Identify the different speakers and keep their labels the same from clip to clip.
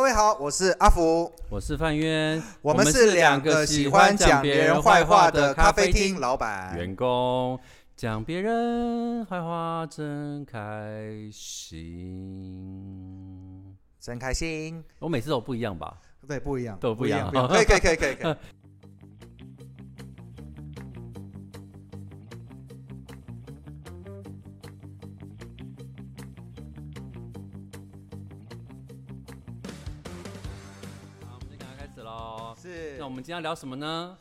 Speaker 1: 位好，我是阿福，
Speaker 2: 我是范渊，
Speaker 1: 我们是两个喜欢讲别人坏话的咖啡厅老板。
Speaker 2: 员工，讲别人坏话真开心。
Speaker 1: 真开心，
Speaker 2: 我每次都不一样吧？
Speaker 1: 对，不一样，
Speaker 2: 都不一样
Speaker 1: 不 可以，可以，可以，可以， 可以。
Speaker 2: 好，我们就赶快开始喽。
Speaker 1: 是
Speaker 2: 那我，们今天要聊什么呢？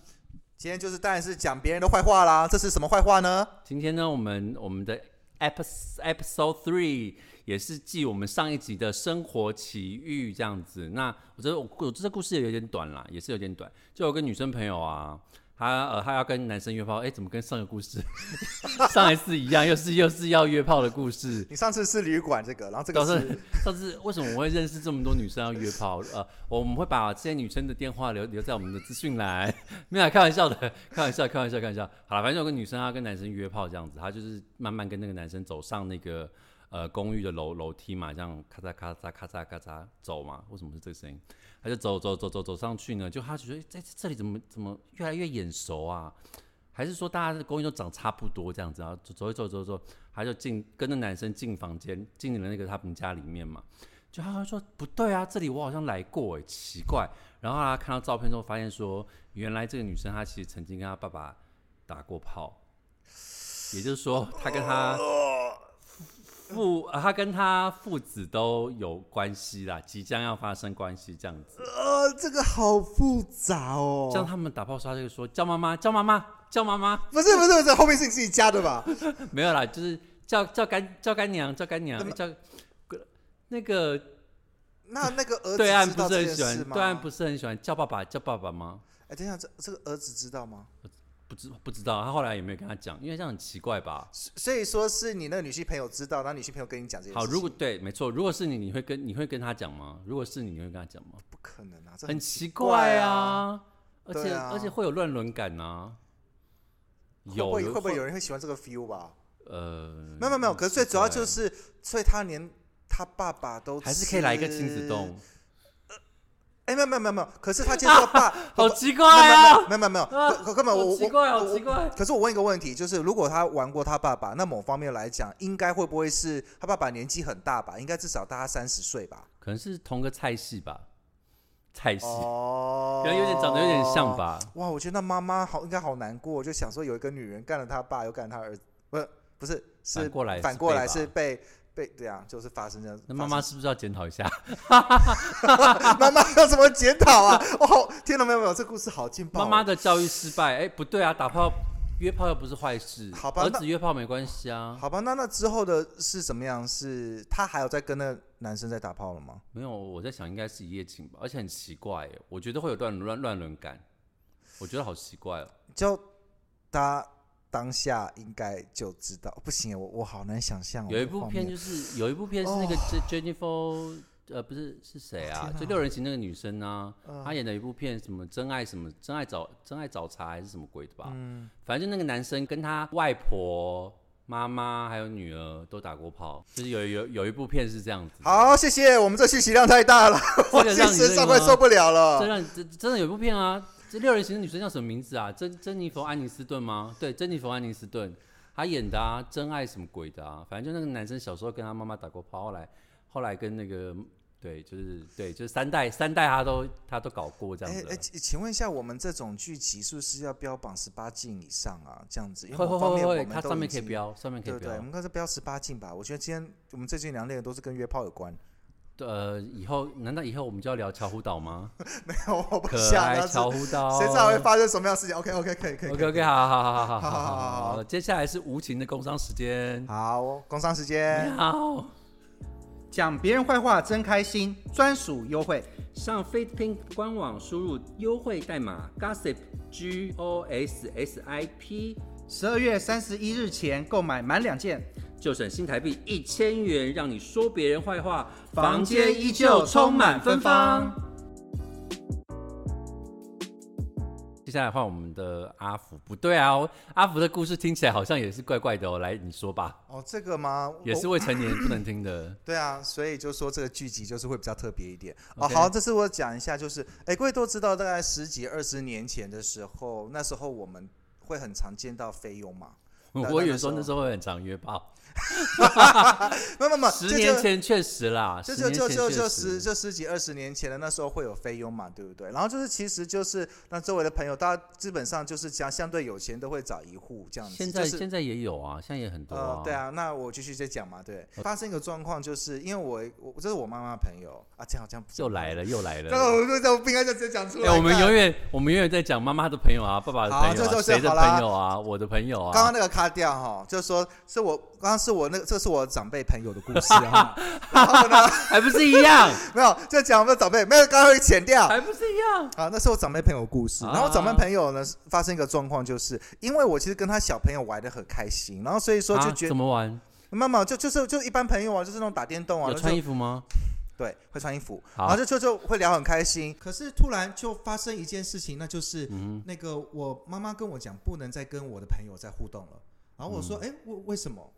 Speaker 1: 今天就是当然是讲别人的坏话啦。这是什么坏话呢？
Speaker 2: 今天呢，我们我们的 episode episode three 也是继我们上一集的生活奇遇这样子。那我觉得我我这故事也有点短啦，也是有点短。就有个女生朋友啊，她呃她要跟男生约炮，哎、怎么跟上个故事 上一次一样，又是又是要约炮的故事。
Speaker 1: 你上次是旅馆这个，然后这
Speaker 2: 倒
Speaker 1: 个
Speaker 2: 是
Speaker 1: 是
Speaker 2: 上次为什么我会认识这么多女生要约炮？呃，我们会把这些女生的电话留留在我们的资讯栏， 没有啦开玩笑的，开玩笑，开玩笑，开玩笑。好了，反正有个女生她跟男生约炮这样子，她就是慢慢跟那个男生走上那个呃公寓的楼楼梯嘛，这样咔嚓咔嚓咔嚓咔嚓走嘛。为什么是这个声音？她就走走走走走上去呢，就她觉得在这里怎么怎么越来越眼熟啊？还是说大家的公寓都长差不多这样子啊？走走一走走一走，他就进跟着男生进房间，进了那个他们家里面嘛。就他说不对啊，这里我好像来过哎，奇怪。然后他看到照片之后，发现说原来这个女生她其实曾经跟她爸爸打过炮，也就是说她跟她父呃她跟她父子都有关系啦，即将要发生关系这样子。
Speaker 1: 呃，这个好复杂
Speaker 2: 这样
Speaker 1: 哦。
Speaker 2: 他们打炮时候，他就说叫妈妈，叫妈妈，叫妈妈。
Speaker 1: 不是不是不是，后面是你自己加的 吧？
Speaker 2: 没有啦，就是叫叫干叫干娘，叫干娘，诶叫那个
Speaker 1: 那那个儿子
Speaker 2: 对岸
Speaker 1: 知
Speaker 2: 不
Speaker 1: 道
Speaker 2: 是
Speaker 1: 这件
Speaker 2: 很喜
Speaker 1: 事
Speaker 2: 欢，
Speaker 1: 吗？
Speaker 2: 对啊岸不是很喜欢叫爸爸叫爸爸吗？
Speaker 1: 哎，等一下，这这个儿子知道吗？
Speaker 2: 不知不知道，他后来也没有跟他讲，因为这样很奇怪吧？
Speaker 1: 所所以说是你那个女性朋友知道，然后女性朋友跟你讲这件事
Speaker 2: 好，
Speaker 1: 情。
Speaker 2: 如果对，没错，如果是你，你会跟你会跟他讲吗？如果是你，你会跟他讲吗？
Speaker 1: 不可能啊，这
Speaker 2: 很
Speaker 1: 很
Speaker 2: 奇
Speaker 1: 怪
Speaker 2: 啊，而且、
Speaker 1: 对啊
Speaker 2: 而且会有乱伦感啊，有
Speaker 1: 会不会会不会
Speaker 2: 有
Speaker 1: 有人会喜欢这个 feel 吧？
Speaker 2: 呃，
Speaker 1: 没有没有没有，可是最主要就是，所以他连他爸爸都
Speaker 2: 还是可以来一个亲子
Speaker 1: 吃。
Speaker 2: 洞，，
Speaker 1: 哎，没有没有没有没有，可是他接受爸
Speaker 2: 好
Speaker 1: 不
Speaker 2: 奇怪啊！
Speaker 1: 没有没有没有，没有
Speaker 2: 啊
Speaker 1: 可可根本我
Speaker 2: 好
Speaker 1: 我
Speaker 2: 奇怪，好
Speaker 1: 我
Speaker 2: 奇怪。
Speaker 1: 可是我问一个问题，就是如果他玩过他爸爸，那某方面来讲，应该会不会是他爸爸年纪很大吧？应该至少大他三十岁吧？
Speaker 2: 可能是同个菜系吧，菜系，
Speaker 1: 哦
Speaker 2: 可能有点长得有点像。吧。
Speaker 1: 哇，我觉得那妈妈好应该好难过，就想说有一个女人干了她爸，又干了她儿子，不是不是是
Speaker 2: 反过来
Speaker 1: 反过来
Speaker 2: 是
Speaker 1: 是被被对啊，就是发生这样。
Speaker 2: 那妈妈是不是要检讨一下？
Speaker 1: 发生 妈妈要怎么检讨啊？我好天哪，没有没有，这故事好劲爆
Speaker 2: 妈
Speaker 1: 哦。
Speaker 2: 妈的教育失败，哎、不对啊，打炮约炮又不是坏事，
Speaker 1: 好吧
Speaker 2: 儿
Speaker 1: 那
Speaker 2: 子约炮没关系啊。
Speaker 1: 好吧，那那之后的是怎么样？是她还有在跟那个男生在打炮了吗？
Speaker 2: 没有，我在想应该是一夜情吧，而且很奇怪耶，我觉得会有乱乱乱伦感，我觉得好奇怪哦。
Speaker 1: 就她当下应该就知道，不行，我我好难想象哦。
Speaker 2: 有一
Speaker 1: 这个
Speaker 2: 部
Speaker 1: 画
Speaker 2: 片
Speaker 1: 面哦
Speaker 2: 就是有一部片是那个 Je- Jennifer，、呃，不是是谁啊？就六人行那个女生啊，
Speaker 1: 嗯
Speaker 2: 她演的一部片什么真爱什么真爱早真爱早茶还是什么鬼的吧？
Speaker 1: 嗯
Speaker 2: 反正就那个男生跟他外婆、妈妈还有女儿都打过炮，就是有有有一部片是这样子的。
Speaker 1: 好，谢谢，我们这信息量太大了， 我
Speaker 2: 这个
Speaker 1: 自
Speaker 2: 让
Speaker 1: 己
Speaker 2: 你
Speaker 1: 身
Speaker 2: 那
Speaker 1: 上
Speaker 2: 个
Speaker 1: 快
Speaker 2: 吗
Speaker 1: 受不了了。
Speaker 2: 这让真真的有一部片啊，这六人行的女生叫什么名字啊？珍珍妮佛安妮斯顿吗？对，珍妮佛安妮斯顿，她演的啊，真爱什么鬼的啊？反正就那个男生小时候跟他妈妈打过炮，后来后来跟那个对，就是对，就是三代三代他都他都搞过这样
Speaker 1: 哎
Speaker 2: 子的
Speaker 1: 哎，。请请问一下，我们这种剧集是不是要标榜十八禁以上啊？这样子，因为
Speaker 2: 会会
Speaker 1: 某方
Speaker 2: 会
Speaker 1: 面
Speaker 2: 会
Speaker 1: 我
Speaker 2: 会，
Speaker 1: 们
Speaker 2: 它
Speaker 1: 都
Speaker 2: 上面
Speaker 1: 已
Speaker 2: 可以
Speaker 1: 经，
Speaker 2: 标，上面可
Speaker 1: 对
Speaker 2: 以
Speaker 1: 不对？我
Speaker 2: 标。
Speaker 1: 们刚才标十八禁吧？我觉得今天我们最近聊内容都是跟约炮有关。
Speaker 2: 呃，以后难道以后我们就要聊巧虎岛吗？
Speaker 1: 没有，我不
Speaker 2: 可
Speaker 1: 想
Speaker 2: 爱
Speaker 1: 啊，是
Speaker 2: 巧虎 岛，
Speaker 1: 谁知道会发生什么样的事情？OK OK，可以可以。
Speaker 2: OK OK，好好好好好
Speaker 1: 好好
Speaker 2: 好
Speaker 1: 好好
Speaker 2: 好 好，接下来是无情的工伤时间。
Speaker 1: 好，哦工商时间，
Speaker 2: 好。
Speaker 3: 讲别人坏话真开心，专属优惠。
Speaker 2: 上 FitPink 官网输入优惠代码 Gossip G O S S I P
Speaker 3: 十二月三十一日前购买满两件，
Speaker 2: 就省新台币一千元，让你说别人坏话，
Speaker 3: 房间依旧充满芬芳。
Speaker 2: 谢接下来换我们的阿福，不对啊，我阿福的故事听起来好像也是怪怪的哦。来，你说吧，
Speaker 1: 哦，这个吗？
Speaker 2: 也是
Speaker 1: 我
Speaker 2: 未成年不能听的。
Speaker 1: 对啊，所以就说这个剧集就是会比较特别一点。哦，
Speaker 2: OK
Speaker 1: 好，这次我讲一下，就是哎，各位都知道，大概十几二十年前的时候，那时候我们会很常见到菲佣嘛。 那
Speaker 2: 我有时候
Speaker 1: 那时候
Speaker 2: 那时候会很常约炮，
Speaker 1: 没有没有没有，
Speaker 2: 十
Speaker 1: 啊这
Speaker 2: 年
Speaker 1: 就
Speaker 2: 前确实啦，
Speaker 1: 就
Speaker 2: 啊十
Speaker 1: 就
Speaker 2: 年
Speaker 1: 就
Speaker 2: 前
Speaker 1: 就
Speaker 2: 确
Speaker 1: 就
Speaker 2: 实
Speaker 1: 十就十几二十年前的那时候会有菲佣嘛，对不对？然后就是其实就是那周围的朋友，大家基本上就是相相对有钱都会找一户这样子。
Speaker 2: 现在、
Speaker 1: 嗯就是
Speaker 2: 现在也有啊，现在也很多
Speaker 1: 呃，对，啊，那我继续再讲嘛。对，
Speaker 2: 哦
Speaker 1: 发生一个状况，就是因为我我这是我妈妈的朋友啊，这样这样
Speaker 2: 又来
Speaker 1: 了。
Speaker 2: 了又来了。
Speaker 1: 但是我这我不应该就直接讲出
Speaker 2: 哎、
Speaker 1: 来。
Speaker 2: 我们
Speaker 1: 干
Speaker 2: 永远我们永远在讲妈妈的朋友啊，爸爸的
Speaker 1: 好
Speaker 2: 朋友
Speaker 1: 这
Speaker 2: 啊，
Speaker 1: 就是
Speaker 2: 谁的
Speaker 1: 好啦
Speaker 2: 朋友啊，我的朋友啊。
Speaker 1: 刚刚那个卡掉哈，就是说是我刚刚是我那个，这是我长辈朋友的故事 哈，然后呢，
Speaker 2: 还不是一样，
Speaker 1: 没有就讲我们的长辈，没有刚刚会剪掉。
Speaker 2: 还不是一样。
Speaker 1: 啊，那是我长辈朋友的故事。然后长
Speaker 2: 啊
Speaker 1: 辈朋友呢，发生一个状况，就是因为我其实跟他小朋友玩的很开心，然后所以说就
Speaker 2: 啊
Speaker 1: 觉得
Speaker 2: 怎么玩？
Speaker 1: 妈妈就就是就一般朋友啊，就是那种打电动啊，
Speaker 2: 有
Speaker 1: 就
Speaker 2: 穿衣服吗？
Speaker 1: 对，会穿衣服，
Speaker 2: 好
Speaker 1: 然后就就就会聊很开心。可是突然就发生一件事情，那就是、
Speaker 2: 嗯
Speaker 1: 那个我妈妈跟我讲，不能再跟我的朋友再互动了。然后我说，哎、为为什么？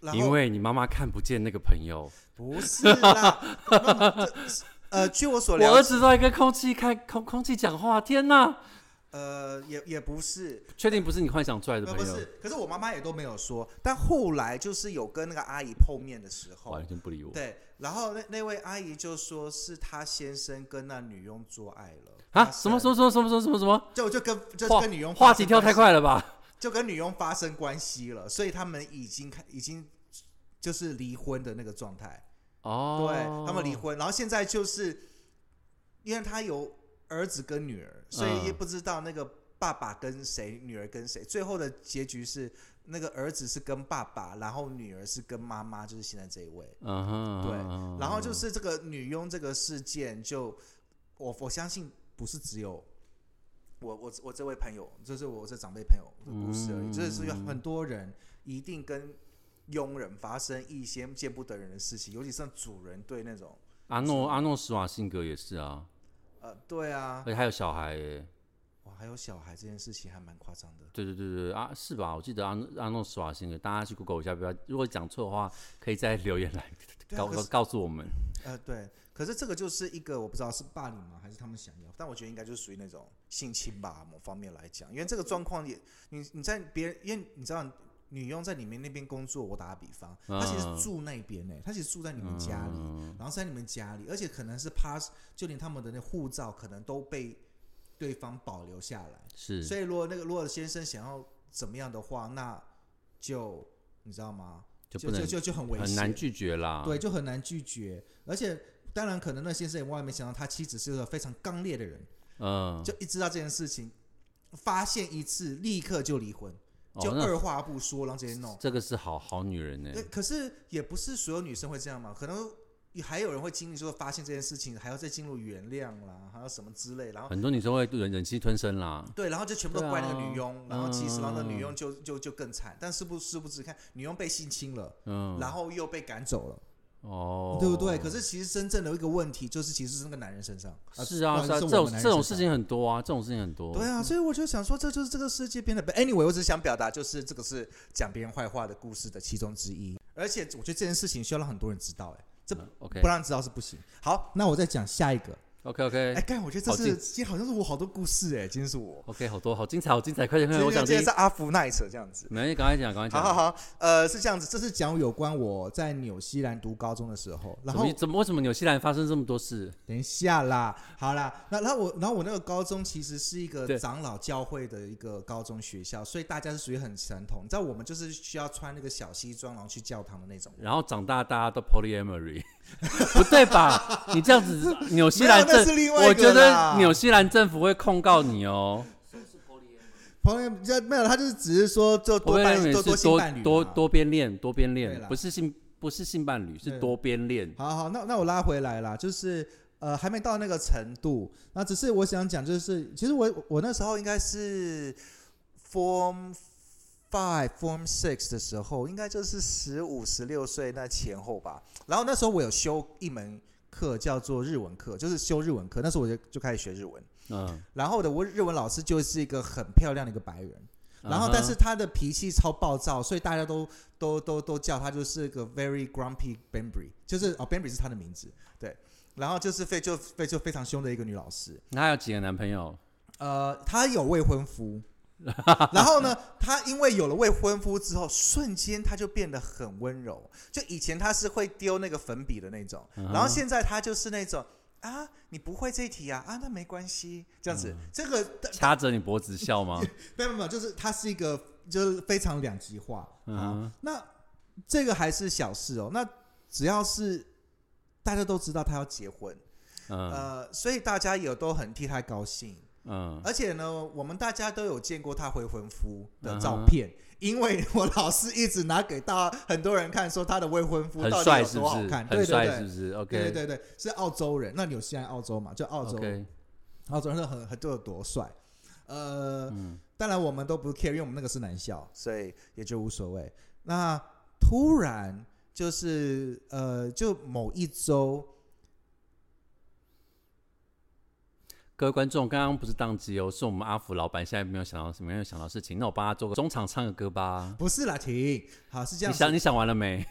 Speaker 1: 然
Speaker 2: 嗯因
Speaker 1: 后
Speaker 2: 为你妈妈看不见那个朋友，
Speaker 1: 不是啦， 那这呃，据我所
Speaker 2: 我儿
Speaker 1: 了解，
Speaker 2: 子都在跟空气开空空气讲话，天哪！
Speaker 1: 呃，也也不是，
Speaker 2: 确定不是你幻想出来的
Speaker 1: 呃
Speaker 2: 朋
Speaker 1: 不
Speaker 2: 友？
Speaker 1: 是，可是我妈妈也都没有说。但后来就是有跟那个阿姨碰面的时候，
Speaker 2: 完全不理我
Speaker 1: 对，然后那那位阿姨就说是她先生跟那女佣做爱了
Speaker 2: 啊！什么什？么什么什么什么什么什么？
Speaker 1: 就就跟就
Speaker 2: 话
Speaker 1: 跟女佣
Speaker 2: 话
Speaker 1: 发
Speaker 2: 题
Speaker 1: 生
Speaker 2: 跳
Speaker 1: 关
Speaker 2: 太
Speaker 1: 系，
Speaker 2: 快了吧？
Speaker 1: 就跟女佣发生关系了，所以他们已经开已经就是离婚的那个状态，
Speaker 2: 哦，
Speaker 1: 对他们离婚，然后现在就是因为他有儿子跟女儿，所以
Speaker 2: 嗯
Speaker 1: 也不知道那个爸爸跟谁，女儿跟谁，最后的结局是那个儿子是跟爸爸，然后女儿是跟妈妈，就是现在这一位。
Speaker 2: 嗯哼，
Speaker 1: 对
Speaker 2: 嗯哼，
Speaker 1: 然后就是这个女佣这个事件就，我我相信不是只有我我我这位朋友，就是我这长辈朋友的故事而已，
Speaker 2: 嗯
Speaker 1: 就是有很多人一定跟佣人发生一些见不得人的事情，尤其是主人对那种
Speaker 2: 阿诺阿诺施瓦辛格也是啊，
Speaker 1: 呃，对啊
Speaker 2: 而，且还有小孩耶。
Speaker 1: 哇，还有小孩这件事情还蛮夸张的。
Speaker 2: 对对对对啊，是吧？我记得阿诺阿诺施瓦辛格，大家去 Google 一下，不要如果讲错的话，可以在留言来
Speaker 1: 对啊
Speaker 2: 告
Speaker 1: 可
Speaker 2: 告
Speaker 1: 是
Speaker 2: 告诉我们。
Speaker 1: 呃，对，可是这个就是一个我不知道是霸凌吗，还是他们想要？但我觉得应该就是属于那种性侵吧，某方面来讲，因为这个状况也，你你在别人，因为你知道女佣在你们那边工作，我打个比方，她其
Speaker 2: 嗯
Speaker 1: 实住那边呢、她其实住在你们家里，
Speaker 2: 嗯
Speaker 1: 然后在你们家里，而且可能是 pass，就连他们的那护照可能都被对方保留下来，
Speaker 2: 是，
Speaker 1: 所以如果那个如果先生想要怎么样的话，那就你知道吗？
Speaker 2: 就
Speaker 1: 就
Speaker 2: 不能
Speaker 1: 就就很危险，
Speaker 2: 很难拒绝啦。
Speaker 1: 对，就很难拒绝。而且，当然可能那先生也万万没想到，他妻子是个非常刚烈的人，
Speaker 2: 嗯，
Speaker 1: 就一知道这件事情，发现一次立刻就离婚，
Speaker 2: 哦
Speaker 1: 就
Speaker 2: 那
Speaker 1: 二话不说，然后直接弄。
Speaker 2: 这个是好好女人呢、
Speaker 1: 对，可是也不是所有女生会这样嘛，可能还有人会经历说发现这件事情，还要再进入原谅啦，还有什么之类，然后。
Speaker 2: 很多女生会忍忍气吞声啦。
Speaker 1: 对，然后就全部都
Speaker 2: 对
Speaker 1: 怪那个
Speaker 2: 啊
Speaker 1: 女佣，然后其实，然后那
Speaker 2: 嗯
Speaker 1: 女佣就就就更惨，但是不是不知看女佣被性侵了，
Speaker 2: 嗯，
Speaker 1: 然后又被赶走了，
Speaker 2: 哦，
Speaker 1: 对不对？可是其实真正的一个问题就是，其实是那个男人身上。呃
Speaker 2: 是啊
Speaker 1: 不好意
Speaker 2: 是
Speaker 1: 思
Speaker 2: 啊，这
Speaker 1: 我
Speaker 2: 种
Speaker 1: 们男人
Speaker 2: 这种
Speaker 1: 身上
Speaker 2: 事情很多啊，这种事情很多。
Speaker 1: 对啊，所以我就想说，这就是这个世界变得。Anyway，我只是想表达，就是这个是讲别人坏话的故事的其中之一。而且我觉得这件事情需要让很多人知道、哎，这
Speaker 2: 嗯，OK
Speaker 1: 不让人知道是不行。好，那我再讲下一个。
Speaker 2: ，OK
Speaker 1: 哎、
Speaker 2: OK
Speaker 1: 干，我觉得这
Speaker 2: 好
Speaker 1: 是
Speaker 2: 近
Speaker 1: 今天好像是我好多故事、哎，今天是我，
Speaker 2: OK，好多好精彩，好精彩，快点快点，
Speaker 1: 今
Speaker 2: 我想
Speaker 1: 天今天。
Speaker 2: 听
Speaker 1: 是阿福奈扯这样子。
Speaker 2: 没关系，赶快讲，赶快
Speaker 1: 好
Speaker 2: 讲。
Speaker 1: 好好，呃，是这样子，这是讲有关我在纽西兰读高中的时候，然
Speaker 2: 怎
Speaker 1: 后
Speaker 2: 么怎么为什么纽西兰发生这么多事？
Speaker 1: 等一下啦，好啦，那然后我然后我那个高中其实是一
Speaker 2: 对
Speaker 1: 个长老教会的一个高中学校，所以大家是属于很传统。你知道我们就是需要穿那个小西装，然后去教堂的那种。
Speaker 2: 然后长大大家都 polyamory，不对吧？你这样子，纽西兰
Speaker 1: 没有那
Speaker 2: 政
Speaker 1: 是另，外一个
Speaker 2: 我觉得
Speaker 1: 啦
Speaker 2: 纽西兰政府会控告你哦。
Speaker 1: 朋友就没有，他就是只是说就多伴
Speaker 2: polyamory
Speaker 1: 多多
Speaker 2: 是
Speaker 1: 性伴侣
Speaker 2: 多
Speaker 1: 嘛
Speaker 2: 多多边恋，多边
Speaker 1: 对
Speaker 2: 恋
Speaker 1: 啦
Speaker 2: 不是性不是性伴侣，是
Speaker 1: 对
Speaker 2: 多边恋。
Speaker 1: 好好，那那我拉回来啦，就是呃还没到那个程度，那只是我想讲，就是其实我我那时候应该是 form five form six 的时候，应该就是十五十六岁那前后吧。然后那时候我有修一门课叫做日文课，就是修日文课，那时候我就就开始学日文。
Speaker 2: 嗯，
Speaker 1: 然后我的我日文老师就是一个很漂亮的一个白人，然后
Speaker 2: 嗯哼
Speaker 1: 但是他的脾气超暴躁，所以大家都都都都叫他就是个 very grumpy Bambry，就是哦 Bambry 是他的名字，对。然后就是非就非就非常凶的一个女老师，
Speaker 2: 她有几个男朋友？
Speaker 1: 呃，她有未婚 夫，然后呢，她因为有了未婚夫之后，瞬间她就变得很温柔。就以前她是会丢那个粉笔的那种，
Speaker 2: 嗯
Speaker 1: 然后现在她就是那种啊，你不会这一题啊，啊，那没关系，这样子。
Speaker 2: 嗯
Speaker 1: 这个
Speaker 2: 掐着你脖子笑吗？
Speaker 1: 没有没有没有，就是它是一个就是非常两极化。
Speaker 2: 嗯
Speaker 1: 嗯
Speaker 2: 哼，
Speaker 1: 那这个还是小事哦。那只要是大家都知道他要结婚，
Speaker 2: 嗯
Speaker 1: 呃，所以大家也都很替他高兴。
Speaker 2: 嗯，
Speaker 1: 而且呢，我们大家都有见过他未婚夫
Speaker 2: 嗯
Speaker 1: 的照片。因为我老师一直拿给大家很多人看，说他的未婚夫
Speaker 2: 很
Speaker 1: 到底
Speaker 2: 帅
Speaker 1: 有
Speaker 2: 是不
Speaker 1: 多好
Speaker 2: 是？
Speaker 1: 看，
Speaker 2: 很
Speaker 1: 对对
Speaker 2: 帅是不
Speaker 1: 对，
Speaker 2: 是？OK，
Speaker 1: 对对对，是澳洲人。那纽西兰、澳洲嘛，就澳洲
Speaker 2: o k
Speaker 1: 澳洲人都很很都有多帅。呃，
Speaker 2: 嗯
Speaker 1: 当然我们都不 care，因为我们那个是男校，所以也就无所谓。那突然就是呃，就某一周，
Speaker 2: 各位观众，刚刚不是宕机哦，是我们阿福老板现在没有想到什么，没有想到事情。那我帮他做个中场唱个歌吧。
Speaker 1: 不是啦，停，好是这
Speaker 2: 你
Speaker 1: 样子
Speaker 2: 想，你想完了没？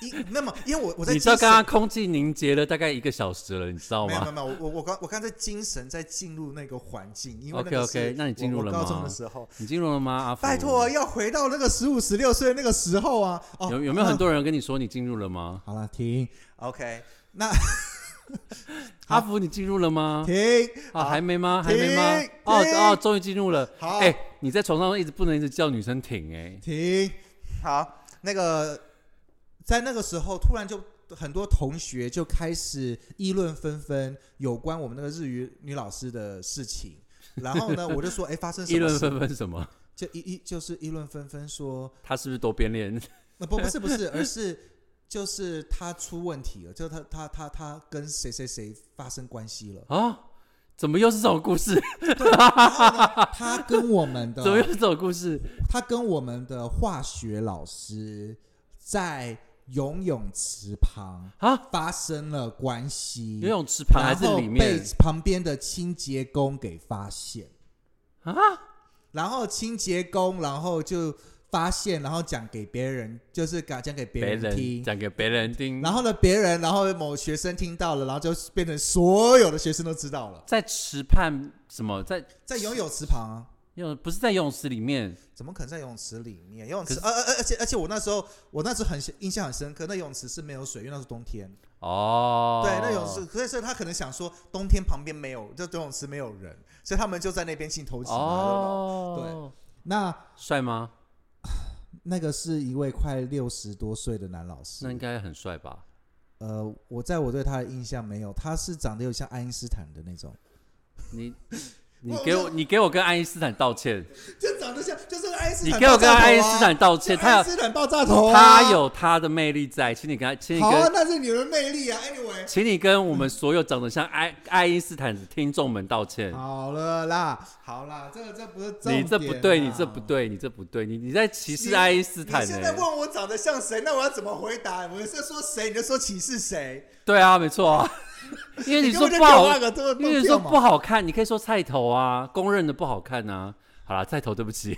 Speaker 1: 因那么因为我我在
Speaker 2: 你知道
Speaker 1: 精神
Speaker 2: 刚刚空气凝结了大概一个小时了，你知道
Speaker 1: 没有没
Speaker 2: 吗？
Speaker 1: 有没有，我我我刚我刚在精神在进入那个环境，因为
Speaker 2: OK，
Speaker 1: 那个
Speaker 2: OK，
Speaker 1: 是
Speaker 2: 那你
Speaker 1: 我
Speaker 2: 进入
Speaker 1: 我
Speaker 2: 了
Speaker 1: 高
Speaker 2: 吗
Speaker 1: 中的时候，
Speaker 2: 你进入了吗，阿福？
Speaker 1: 拜托要回到那个十五十六岁那个时候啊，哦，
Speaker 2: 有有没有很
Speaker 1: 那
Speaker 2: 多人跟你说你进入了吗？
Speaker 1: 好了，停，OK，那好
Speaker 2: 阿福，你进入了吗？
Speaker 1: 停，
Speaker 2: 啊，
Speaker 1: 好
Speaker 2: 还没吗？还没吗
Speaker 1: 停？
Speaker 2: 哦
Speaker 1: 停
Speaker 2: 哦，终于进入了。
Speaker 1: 好
Speaker 2: 哎，你在床上一直不能一直叫女生停哎。
Speaker 1: 停。好，那个在那个时候，突然就很多同学就开始议论纷纷有关我们那个日语女老师的事情。然后呢，我就说，哎，发生什
Speaker 2: 议
Speaker 1: 么
Speaker 2: 论
Speaker 1: 事？
Speaker 2: 纷纷什么？
Speaker 1: 就一一就是议论纷纷说，
Speaker 2: 他是不是多边恋？。
Speaker 1: 呃，不，不是，不是，而是就是他出问题了，就他他他他跟谁谁谁发生关系了
Speaker 2: 啊？怎么又是这种故事？
Speaker 1: 然后呢，他跟我们的
Speaker 2: 怎么又是这种故事？
Speaker 1: 他跟我们的化学老师在游泳池旁
Speaker 2: 啊
Speaker 1: 发生了关系，
Speaker 2: 游泳池旁还
Speaker 1: 然
Speaker 2: 是
Speaker 1: 后
Speaker 2: 里
Speaker 1: 被
Speaker 2: 面？
Speaker 1: 旁边的清洁工给发现
Speaker 2: 啊，
Speaker 1: 然后清洁工然后就发现，然后讲给别人，就是讲讲给别
Speaker 2: 别
Speaker 1: 人
Speaker 2: 人
Speaker 1: 听。
Speaker 2: 讲给别人听，
Speaker 1: 然后呢，别人，然后某学生听到了，然后就变成所有的学生都知道了，
Speaker 2: 在池畔什么在
Speaker 1: 在游泳池旁啊，
Speaker 2: 泳不是在游泳池里面，
Speaker 1: 怎么可能在游泳池里面？游泳
Speaker 2: 可
Speaker 1: 池，
Speaker 2: 是
Speaker 1: 而而而而且而且我那时候，我那时候很印象很深刻，那游泳池是没有水，因为那是冬天。
Speaker 2: 哦，
Speaker 1: 对，那泳池，所以所以他可能想说，冬天旁边没有，就游泳池没有人，所以他们就在那边兴头起嘛。I don't know
Speaker 2: 哦，
Speaker 1: 那
Speaker 2: 帅吗？
Speaker 1: 那个是一位快六十多岁的男老
Speaker 2: 那应
Speaker 1: 师，
Speaker 2: 该很帅吧？
Speaker 1: 呃，我在我对他的印象没有，他是长得有像爱因斯坦的那种，
Speaker 2: 你你
Speaker 1: 我
Speaker 2: 给我你给我跟爱因斯坦道歉，
Speaker 1: 就长得像就是爱因斯
Speaker 2: 你
Speaker 1: 坦、
Speaker 2: 给我跟爱因斯坦，道歉，
Speaker 1: 啊爱因
Speaker 2: 他有
Speaker 1: 斯坦爆炸头、啊
Speaker 2: 他。有他的魅力在，请你跟他，请你
Speaker 1: 好啊
Speaker 2: 跟，，
Speaker 1: 那是你的魅力啊。Anyway，
Speaker 2: 请你跟我们所有长得像爱爱因斯坦的听众们道歉。
Speaker 1: 好了啦，好啦，这个这不是重点
Speaker 2: 你
Speaker 1: 啦
Speaker 2: 这不对，你这不。对，你这不对，你你在歧视爱因斯坦欸
Speaker 1: 你
Speaker 2: 呢、
Speaker 1: 现在问我长得像谁，那我要怎么回答？我是说谁，你就说歧视谁。
Speaker 2: 对啊，没错啊， 因为你
Speaker 1: 根
Speaker 2: 说
Speaker 1: 本就
Speaker 2: 不好
Speaker 1: 给我那，个都
Speaker 2: 因为
Speaker 1: 都
Speaker 2: 你说
Speaker 1: 掉嘛
Speaker 2: 不好看，你可以说菜头啊，公认的不好看啊。好啦，菜头，对不 起，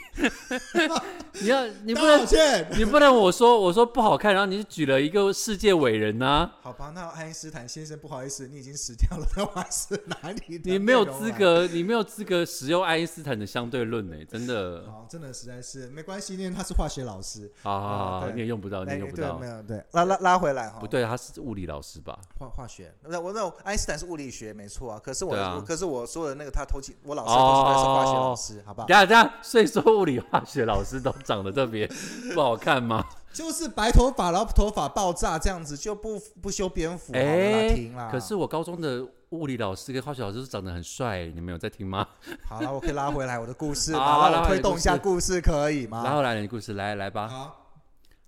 Speaker 2: 你要你不
Speaker 1: 道
Speaker 2: 能
Speaker 1: 歉。
Speaker 2: 你不能我说我说不好看，然后你就举了一个世界伟人啊呐、
Speaker 1: 好吧，那爱因斯坦先生，不好意思，你已经死掉了，那我还是哪里？
Speaker 2: 你没有资。格，你没有资格使用爱因斯坦的相对论 呢、真的。
Speaker 1: 好，哦真的实在是没关系，因为他是化学老师。
Speaker 2: 好好好好，
Speaker 1: 对
Speaker 2: 啊你也用不哦到，你
Speaker 1: 哎
Speaker 2: 也用不
Speaker 1: 对，
Speaker 2: 到
Speaker 1: 没。有对，拉拉拉回来哈。
Speaker 2: 不，对，他是物理老师吧？
Speaker 1: 化化学，那我那我爱因斯坦是物理学没错啊，可是我
Speaker 2: 对啊哦
Speaker 1: 我可是我说的那个他偷情，我老师偷情的是化学老师，好不好
Speaker 2: 等？一下等一下，所以说物理化学老师都长得特别不好看吗？
Speaker 1: 就是白头发，然后头发爆炸这样子，就不不修边幅，好了啦，
Speaker 2: 哎
Speaker 1: 停啦。
Speaker 2: 可是我高中的物理老师跟化学老师都长得很帅，你们有在听吗？
Speaker 1: 好了，我可以拉回来我的故事
Speaker 2: 好
Speaker 1: 吗？
Speaker 2: 拉
Speaker 1: 让我
Speaker 2: 回来
Speaker 1: 推动一下
Speaker 2: 你的
Speaker 1: 故事可以
Speaker 2: 然
Speaker 1: 吗？
Speaker 2: 后来你的故事，来来吧。
Speaker 1: 好。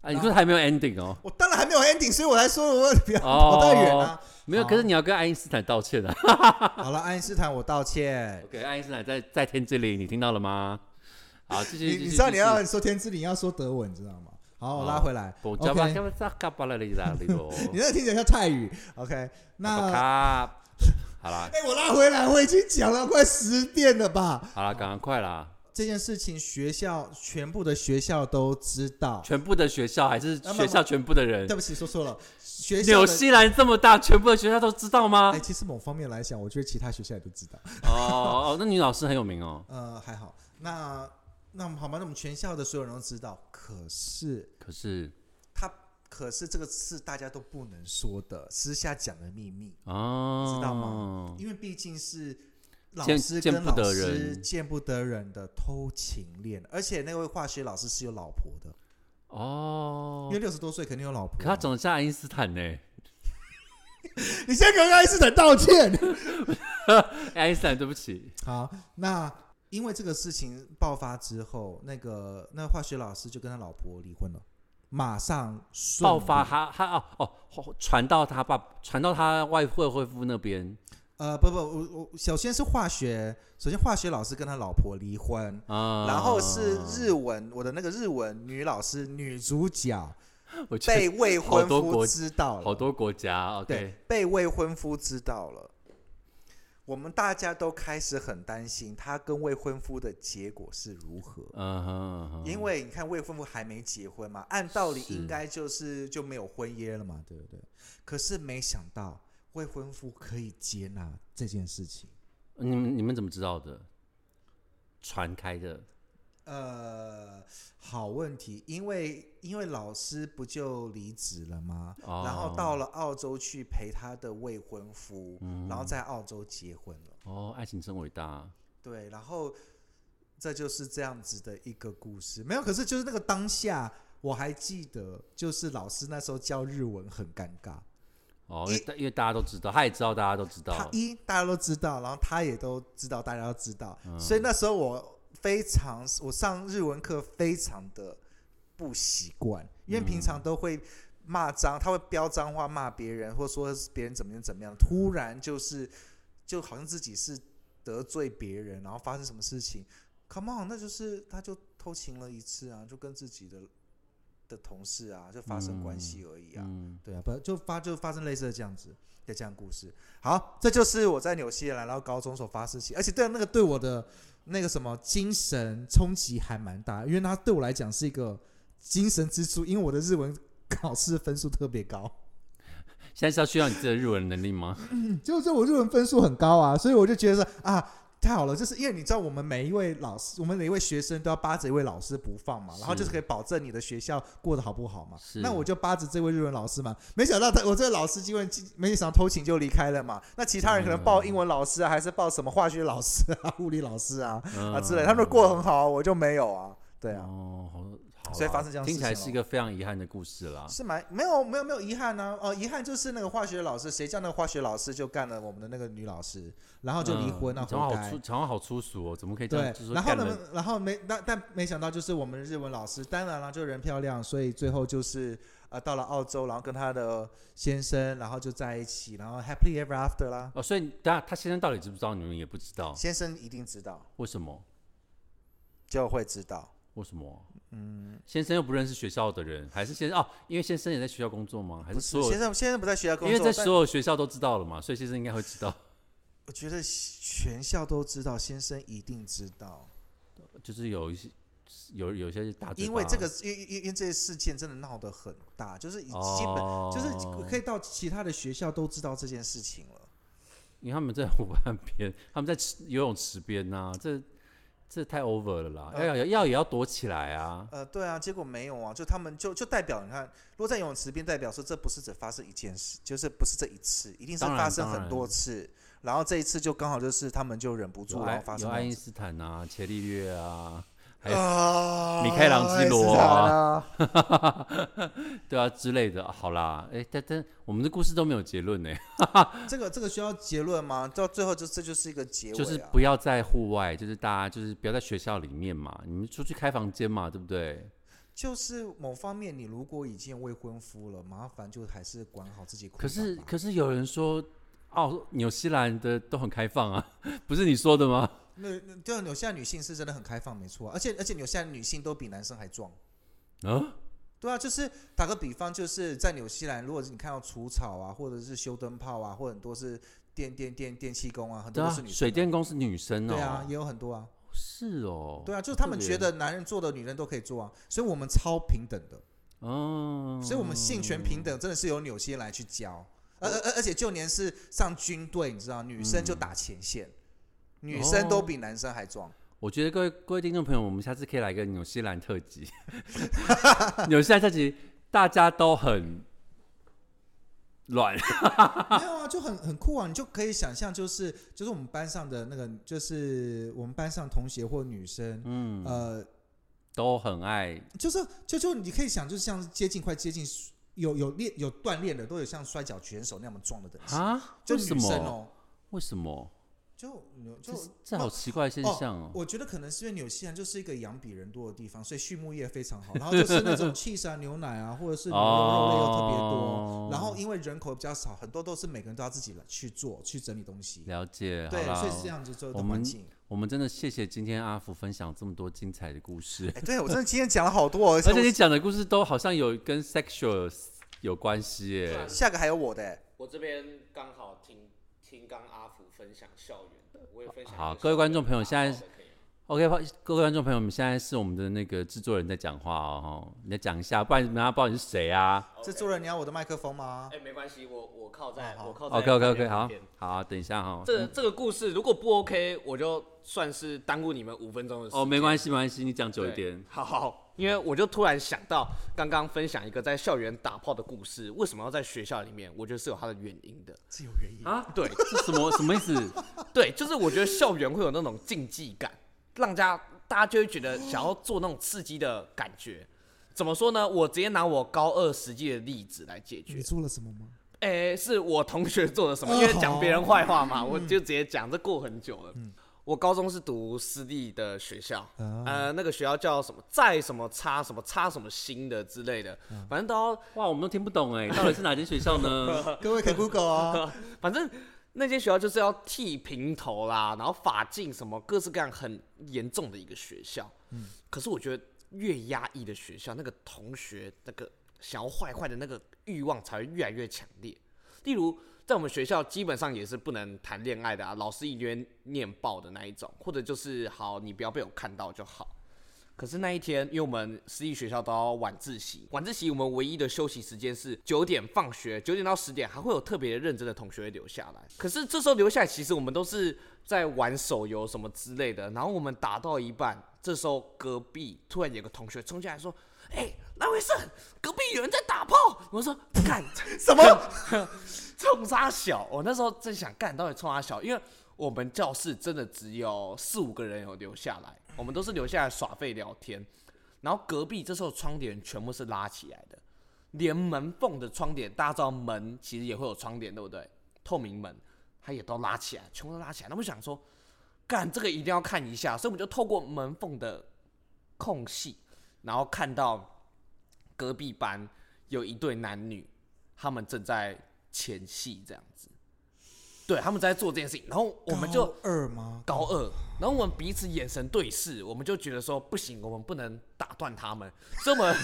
Speaker 2: 啊，你说还没有 ending 哦？
Speaker 1: 我当然还没有 ending，所以我才说我 不要
Speaker 2: 哦
Speaker 1: 跑太远哦啊。
Speaker 2: 没有，
Speaker 1: 好
Speaker 2: 可是你要跟爱因斯坦道歉啊。
Speaker 1: 好了，爱因斯坦，我道歉。
Speaker 2: OK，爱因斯坦在在天之灵，你听到了吗？好，继续。
Speaker 1: 你
Speaker 2: 继续
Speaker 1: 你知道
Speaker 2: 继
Speaker 1: 你
Speaker 2: 续
Speaker 1: 要说天之灵要说德文，你知道吗？
Speaker 2: 哦
Speaker 1: 好，我拉回来。
Speaker 2: 不加巴
Speaker 1: OK，
Speaker 2: 加巴扎嘎巴拉里拉里罗。
Speaker 1: 你那个听起来像泰语。OK，那
Speaker 2: 卡好啦，
Speaker 1: 哎、我拉回来，我已经讲了快十遍了吧？
Speaker 2: 好啦，赶快啦！
Speaker 1: 这件事情学校全部的学校都知道。
Speaker 2: 全部的学校还是
Speaker 1: 那么
Speaker 2: 学校全部的人
Speaker 1: 对？不起，说错了，学校
Speaker 2: 纽
Speaker 1: 的
Speaker 2: 西兰这么大，全部的学校都知道吗
Speaker 1: 哎、？其实某方面来讲，我觉得其他学校也都知道。
Speaker 2: 哦哦，哦那女老师很有名哦。
Speaker 1: 呃，还好。那那我们好吗？那我们全校的所有人都知道。可是
Speaker 2: 可是
Speaker 1: 他，可是这个是大家都不能说的，私下讲的秘密，
Speaker 2: 哦，
Speaker 1: 知道吗？？因为毕竟是老
Speaker 2: 见
Speaker 1: 师
Speaker 2: 见
Speaker 1: 跟
Speaker 2: 不
Speaker 1: 老
Speaker 2: 得
Speaker 1: 师
Speaker 2: 人
Speaker 1: 见不得人的偷情恋，而且那位化学老师是有老婆的，因
Speaker 2: 哦
Speaker 1: 为，六十多岁肯定有老婆
Speaker 2: 可
Speaker 1: 啊。
Speaker 2: 他长得像爱因斯坦 呢、
Speaker 1: 你先跟爱因斯坦道歉。
Speaker 2: 哎爱因斯坦，对不起，
Speaker 1: 好，那因为这个事情爆发之后，那个那化学老师就跟他老婆离婚了，马上顺
Speaker 2: 爆发
Speaker 1: 利。
Speaker 2: 他他哦哦，传到他爸，传到他外未婚夫那边
Speaker 1: 呃，不不，我我首先是化学，首先化学老师跟他老婆离婚，
Speaker 2: 啊。
Speaker 1: 然后是日文，我的那个日文女老师女主角
Speaker 2: 我觉得
Speaker 1: 被未
Speaker 2: 好
Speaker 1: 婚
Speaker 2: 多
Speaker 1: 夫
Speaker 2: 国
Speaker 1: 知道了，
Speaker 2: 好多国家
Speaker 1: 对
Speaker 2: OK，，
Speaker 1: 被未婚夫知道了。我们大家都开始很担心，他跟未婚夫的结果是如何？
Speaker 2: 嗯哼嗯哼，
Speaker 1: 因为你看未婚夫还没结婚嘛，按道理
Speaker 2: 是
Speaker 1: 应该就是就没有婚约了嘛，对不对？可是没想到未婚夫可以接纳这件事情。
Speaker 2: 嗯你们你们怎么知道的？传开的
Speaker 1: 呃，好问题，因为因为老师不就离职了吗？
Speaker 2: 哦，
Speaker 1: 然后到了澳洲去陪他的未婚夫，
Speaker 2: 嗯
Speaker 1: 然后在澳洲结婚了。
Speaker 2: 哦，爱情真伟大，
Speaker 1: 对，然后这就是这样子的一个故事。没有，可是就是那个当下，我还记得，就是老师那时候教日文很尴尬。
Speaker 2: 哦，
Speaker 1: 一
Speaker 2: 因为大因为大家都知道，他也知道大家都知
Speaker 1: 他
Speaker 2: 道，
Speaker 1: 一大家都知道，然后他也都知道，大家都知道，
Speaker 2: 嗯
Speaker 1: 所以那时候我非常，我上日文课非常的不习惯，因为平常都会骂脏，他会飙脏话骂别人，或说是别人怎么样怎么样，突然就是就好像自己是得罪别人，然后发生什么事情，Come on，那就是他就偷情了一次啊，就跟自己的的同事啊就发生关系而已啊，
Speaker 2: 嗯，
Speaker 1: 对啊，不就发就发生类似的这样子的这样故事。好，这就是我在纽西兰然后高中所发生起，而且对啊那个对我的那个什么精神冲击还蛮大，因为它对我来讲是一个精神支柱，因为我的日文考试分数特别高，
Speaker 2: 现在是要炫耀你自己的日文能力吗？
Speaker 1: 就是我日文分数很高啊，所以我就觉得说啊。太好了，就是因为你知道我们每一位老师，我们每一位学生都要扒着一位老师不放嘛，然后就是可以保证你的学校过得好不好嘛。
Speaker 2: 是
Speaker 1: 那我就扒着这位日文老师嘛，没想到他我这个老师因为没想到偷情就离开了嘛。那其他人可能报英文老师啊，还是报什么化学老师啊、
Speaker 2: 嗯
Speaker 1: 物理老师啊 啊
Speaker 2: 啊
Speaker 1: 之类，他们都过得很好啊，我就没有啊。对啊，
Speaker 2: 哦，好，好啦
Speaker 1: 所以发生这样的
Speaker 2: 听起来
Speaker 1: 事情
Speaker 2: 是一个非常遗憾的故事啦。
Speaker 1: 是蛮没有没有没有遗憾呢、哦、遗憾就是那个化学老师，谁叫那个化学老师就干了我们的那个女老师，然后就离婚，那
Speaker 2: 嗯讲话
Speaker 1: 活
Speaker 2: 好
Speaker 1: 该
Speaker 2: 粗，。讲话好粗俗哦，怎么可以这
Speaker 1: 对
Speaker 2: 样？就是，说
Speaker 1: 然后
Speaker 2: 干
Speaker 1: 呢
Speaker 2: 人？，
Speaker 1: 然后没，但但没想到就是我们日文老师，当然了，就人漂亮，所以最后就是呃到了澳洲，然后跟她的先生，然后就在一起，然后 happily ever after 啦。
Speaker 2: 哦，所以大家他先生到底知不知道，你们也不知道，
Speaker 1: 先生一定知道，
Speaker 2: 为什么？
Speaker 1: 就会知道。
Speaker 2: 为什么？嗯，先生又不认识学校的人，还是先生哦？因为先生也在学校工作吗？还
Speaker 1: 不
Speaker 2: 所
Speaker 1: 是
Speaker 2: 有
Speaker 1: 先？生，先生不在学校工
Speaker 2: 因为
Speaker 1: 作
Speaker 2: 在，
Speaker 1: 但
Speaker 2: 所有学校都知道了嘛，所以先生应该会知道，
Speaker 1: 我觉得全校都知道，先生一定知道，
Speaker 2: 就是有一些有有一些大嘴巴，
Speaker 1: 因为这个，因因因因为这些事件真的闹得很大，就是已基本、
Speaker 2: 哦，
Speaker 1: 就是可以到其他的学校都知道这件事情了。
Speaker 2: 因为他们在湖畔边，他们在池游泳池边呐、这这太 over 了啦，
Speaker 1: 呃
Speaker 2: 要要要也要躲起来啊。
Speaker 1: 呃，对啊，结果没有啊，就他们就就代表你看，如果在游泳池边，代表说这不是只发生一件事，就是不是这一次，一定是
Speaker 2: 当然
Speaker 1: 发生
Speaker 2: 当
Speaker 1: 很
Speaker 2: 然
Speaker 1: 多次。然后这一次就刚好就是他们就忍不
Speaker 2: 有
Speaker 1: 住，然
Speaker 2: 爱
Speaker 1: 后发
Speaker 2: 有
Speaker 1: 生
Speaker 2: 爱
Speaker 1: 这样
Speaker 2: 因
Speaker 1: 子
Speaker 2: 斯坦啊，伽利略啊，还有
Speaker 1: 啊
Speaker 2: 米开朗基罗
Speaker 1: 啊
Speaker 2: 啊，对啊之类的。啊好啦，哎，但但我们的故事都没有结论呢、
Speaker 1: 这个这个需要结论吗？到最后就这就是一个结尾、啊，
Speaker 2: 啊就是不要在户外，就是大家就是不要在学校里面嘛，你们出去开房间嘛，对不对？
Speaker 1: 就是某方面，你如果已经有未婚夫了，麻烦就还是管好自己捆绑吧。
Speaker 2: 可是可是有人说，哦，纽西兰的都很开放啊，不是你说的吗？
Speaker 1: 那那对啊，纽西兰女性是真的很开放，没错啊、而且而且纽西兰女性都比男生还壮。
Speaker 2: 嗯，
Speaker 1: 对啊，就是打个比方，就是在纽西兰，如果是你看到除草啊，或者是修灯泡啊，或者很多是电电电电气工啊，很
Speaker 2: 对
Speaker 1: 多
Speaker 2: 啊
Speaker 1: 都是，女生
Speaker 2: 水电工是女生哦，
Speaker 1: 对啊，也有很多啊，
Speaker 2: 是哦，
Speaker 1: 对啊，就是
Speaker 2: 好
Speaker 1: 他
Speaker 2: 特
Speaker 1: 们
Speaker 2: 别
Speaker 1: 觉得男人做的女人都可以做啊，所以我们超平等的，
Speaker 2: 哦，
Speaker 1: 所以我们性权平等真的是由纽西兰来去教，而而而而且就连是上军队，你知道，女生就
Speaker 2: 嗯
Speaker 1: 打前线，
Speaker 2: 哦
Speaker 1: 女生都比男生还壮，
Speaker 2: 我觉得各位各位听众朋友，我们下次可以来个纽西兰特辑。 纽西兰特辑大家都很 软，
Speaker 1: 没有啊，就很很酷啊，你就可以想象，就是就是我们班上的那个，就是我们班上同学或女生，
Speaker 2: 嗯，
Speaker 1: 呃，
Speaker 2: 都很爱，
Speaker 1: 就是就就你可以想，就是像是接近快接近有有练有锻炼的，都有像摔跤选手那么壮的等级，
Speaker 2: 啊？
Speaker 1: 就
Speaker 2: 为什
Speaker 1: 女生
Speaker 2: 么？
Speaker 1: 哦，
Speaker 2: 为什么？
Speaker 1: 就
Speaker 2: 这
Speaker 1: 就是
Speaker 2: 这好奇怪的现象哦。
Speaker 1: 我觉得可能是因为纽西兰就是一个羊比人多的地方，所以畜牧业非常好，然后就是那种 cheese 啊、牛奶啊，或者是 牛肉肉类又特别多。
Speaker 2: 哦
Speaker 1: 然后因为人口比较少，很多都是每个人都要自己来去做、去整理东西。
Speaker 2: 了解，
Speaker 1: 对，
Speaker 2: 好
Speaker 1: 所以
Speaker 2: 啦
Speaker 1: 是这。样子做
Speaker 2: 我
Speaker 1: 的
Speaker 2: 们
Speaker 1: 环境。
Speaker 2: 我们真的谢谢今天阿福分享这么多精彩的 故事，
Speaker 1: 哎，对我真的今天讲了好 多、哦，
Speaker 2: 而且你讲的故事都好像有跟 sexual 有关系耶。
Speaker 1: 下个还有我的、哎
Speaker 4: 我这边刚好听听刚阿福分享校园的，我也分享
Speaker 2: 好
Speaker 4: 一个校园的。
Speaker 2: 各位观众朋友现在
Speaker 4: 好的可以吗
Speaker 2: OK，好各位观众朋友，我们现在是我们的那个制作人在讲话哦，吼你再讲一下，不然人家不知道你是谁啊。
Speaker 1: 这主人你要我的麦克风吗？
Speaker 4: 哎，没关系，我我靠在，
Speaker 1: 好好
Speaker 4: 我靠在。
Speaker 2: OK OK OK，好。好，等一下哈。
Speaker 4: 这个这个故事如果不 OK，我就算是耽误你们五分钟的时间。
Speaker 2: 哦，没关系没关系，你讲久一
Speaker 4: 对
Speaker 2: 点。
Speaker 4: 好好，因为我就突然想到，刚刚分享一个在校园打炮的故事，为什么要在学校里面？我觉得是有它的原因的。
Speaker 1: 自有原因。
Speaker 2: 啊，
Speaker 4: 对
Speaker 2: 这什么什么意 思？
Speaker 4: 对，就是我觉得校园会有那种竞技感，让家大家就会觉得想要做那种刺激的感觉。怎么说呢？我直接拿我高二实际的例子来解决
Speaker 1: 你。做了什么吗？
Speaker 4: 诶、是我同学做了什
Speaker 1: 嗯
Speaker 4: 么？
Speaker 1: 哦
Speaker 4: 因为讲别人坏话嘛，我就直接讲，这过很久了。我高中是读私立的学校，呃，那个学校叫什么？在什么差什么差什么新的之类的，反正都要
Speaker 2: 哇，我们都听不懂哎，到底是哪间学校呢？
Speaker 1: 各位可以 Google 哦。
Speaker 4: 反正那间学校就是要剃平头啦，然后发镜什么各式各样很严重的一个学校。嗯，可是我觉得越压抑的学校，那个同学那个想要坏坏的那个欲望才会越来越强烈。例如，在我们学校基本上也是不能谈恋爱的啊，老师一定会念爆的那一种，或者就是好，你不要被我看到就好。可是那一天，因为我们私立学校都要晚自习，晚自习我们唯一的休息时间是九点放学，九点到十点还会有特别认真的同学会留下来。可是这时候留下来，其实我们都是在玩手游什么之类的。然后我们打到一半，这时候隔壁突然有个同学冲进来说：“哎、赖伟胜，隔壁有人在打炮。”我说：“干什么？冲 他小！”我那时候正想干，到底冲他小，因为我们教室真的只有四五个人有留下来，我们都是留下来耍废聊天。然后隔壁这时候窗帘全部是拉起来的，连门缝的窗帘，大家知道门其实也会有窗帘，对不对？透明门，它也都拉起来，全部都拉起来。那我们想说，干这个一定要看一下，所以我们就透过门缝的空隙，然后看到隔壁班有一对男女，他们正在前戏这样子，对他们在做这件事情，然后我们就
Speaker 1: 高二吗？
Speaker 4: 高二，然后我们彼此眼神对视，我们就觉得说不行，我们不能打断他们，所以我们，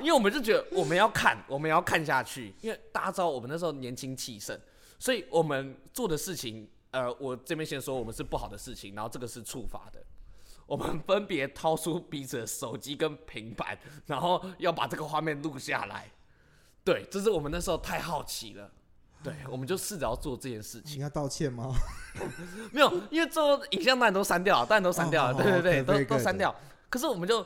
Speaker 4: 因为我们就觉得我们要看，我们要看下去，因为大家知道我们那时候年轻气盛，所以我们做的事情，呃，我这边先说我们是不好的事情，然后这个是处罚的。我们分别掏出彼此的手机跟平板，然后要把这个画面录下来。对，这是我们那时候太好奇了，对，我们就试着要做这件事情
Speaker 1: 你。要道歉吗？
Speaker 4: 没有，因为最后影像当然都删掉啊了，当然都删掉了，
Speaker 1: 哦
Speaker 4: 对对对，
Speaker 1: 好好
Speaker 4: 都
Speaker 1: very
Speaker 4: 都
Speaker 1: good
Speaker 4: 删掉。可是我们就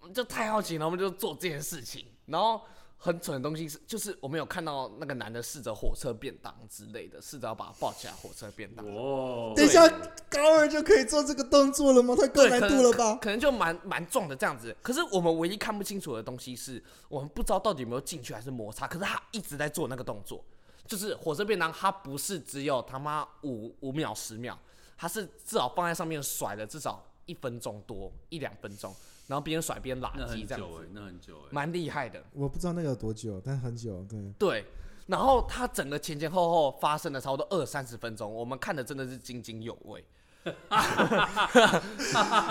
Speaker 4: 我们就太好奇了，我们就做这件事情。然后很蠢的东西是，就是我们有看到那个男的试着火车便当之类的，试着要把他抱起来火车便当。
Speaker 2: 哦，
Speaker 1: 等一下，高二就可以做这个动作了吗？太高
Speaker 4: 对，
Speaker 1: 难
Speaker 4: 可
Speaker 1: 度
Speaker 4: 能
Speaker 1: 了
Speaker 4: 可
Speaker 1: 吧？
Speaker 4: 可能就蛮蛮重的这样子。可是我们唯一看不清楚的东西是，我们不知道到底有没有进去还是摩擦。可是他一直在做那个动作，就是火车便当，它不是只有他妈五五秒十秒，它是至少放在上面甩了至少一分钟多一两分钟，然后边甩边拉
Speaker 2: 那
Speaker 4: 机
Speaker 2: 很
Speaker 4: 这样
Speaker 2: 久哎
Speaker 4: 子，，
Speaker 2: 那很久哎。
Speaker 4: 蛮厉害的。
Speaker 1: 我不知道那个有多久，但很 久，对。
Speaker 4: 对，然后他整个前前后后发生了差不多二三十分钟，我们看的真的是津津有味。啊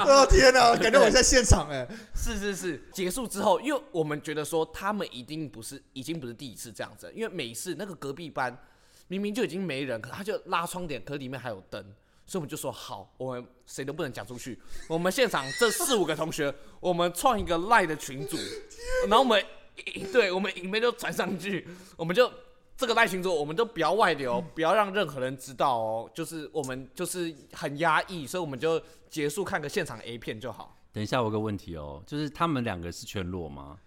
Speaker 1: 哦天哪，感觉我在现场哎、
Speaker 4: 是是是，结束之后，因为我们觉得说他们一定不是，已经不是第一次这样子了，因为每一次那个隔壁班明明就已经没人，可他就拉窗帘，可里面还有灯，所以我们就说好，我们谁都不能讲出去。我们现场这四五个同学，我们创一个赖的群组，然后我们对我们影片就传上去，我们就这个赖群组，我们都不要外流，不要让任何人知道哦。就是我们就是很压抑，所以我们就结束看个现场 A 片就好。
Speaker 2: 等一下，我有个问题哦，就是他们两个是全裸吗？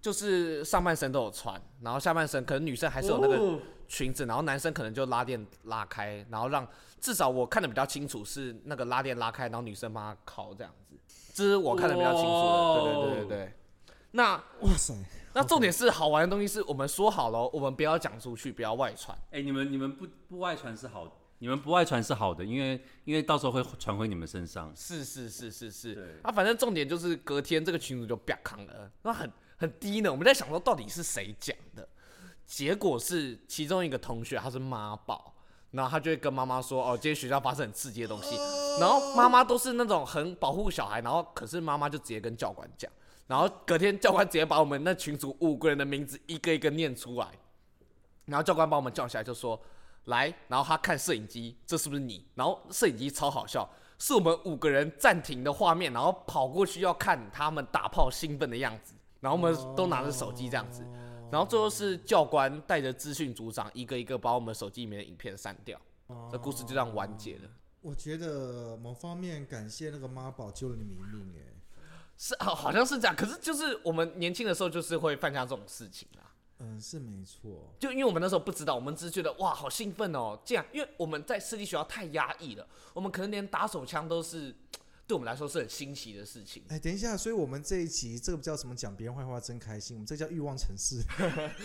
Speaker 4: 就是上半身都有穿，然后下半身可能女生还是有那个裙子，然后男生可能就拉链拉开，然后让至少我看的比较清楚是那个拉链拉开，然后女生帮他靠这样子，这是我看的比较清楚的。对对对对对。那
Speaker 1: 哇塞，
Speaker 4: 那重点是好玩的东西是我们说好了，我们不要讲出去，不要外传。
Speaker 2: 哎、你们你们不不外传是好，你们不外传是好的，因为因为到时候会传回你们身上。
Speaker 4: 是是是是
Speaker 2: 对
Speaker 4: 是，啊，反正重点就是隔天这个群主就啪康了，那很很低呢。我们在想说到底是谁讲的，结果是其中一个同学他是妈宝，然后他就会跟妈妈说哦，今天学校发生很刺激的东西，然后妈妈都是那种很保护小孩，然后可是妈妈就直接跟教官讲，然后隔天教官直接把我们那群组五个人的名字一个一个念出来，然后教官把我们叫起来就说：“来。”然后他看摄影机，这是不是你？然后摄影机超好笑，是我们五个人暂停的画面，然后跑过去要看他们打炮兴奋的样子，然后我们都拿着手机这样子，然后最后是教官带着资讯组长一个一个把我们手机里面的影片删掉，这故事就这样完结了。
Speaker 1: 我觉得某方面感谢那个妈宝救了你们一命哎。
Speaker 4: 是好，好像是这样，可是就是我们年轻的时候就是会犯下这种事情啊啦。
Speaker 1: 嗯，是没错。
Speaker 4: 就因为我们那时候不知道，我们只是觉得哇，好兴奋哦！这样，因为我们在私立学校太压抑了，我们可能连打手枪都是对我们来说是很新奇的事情。
Speaker 1: 哎，等一下，所以我们这一集这个不叫什么讲别人坏话真开心，我们这叫欲望城 市，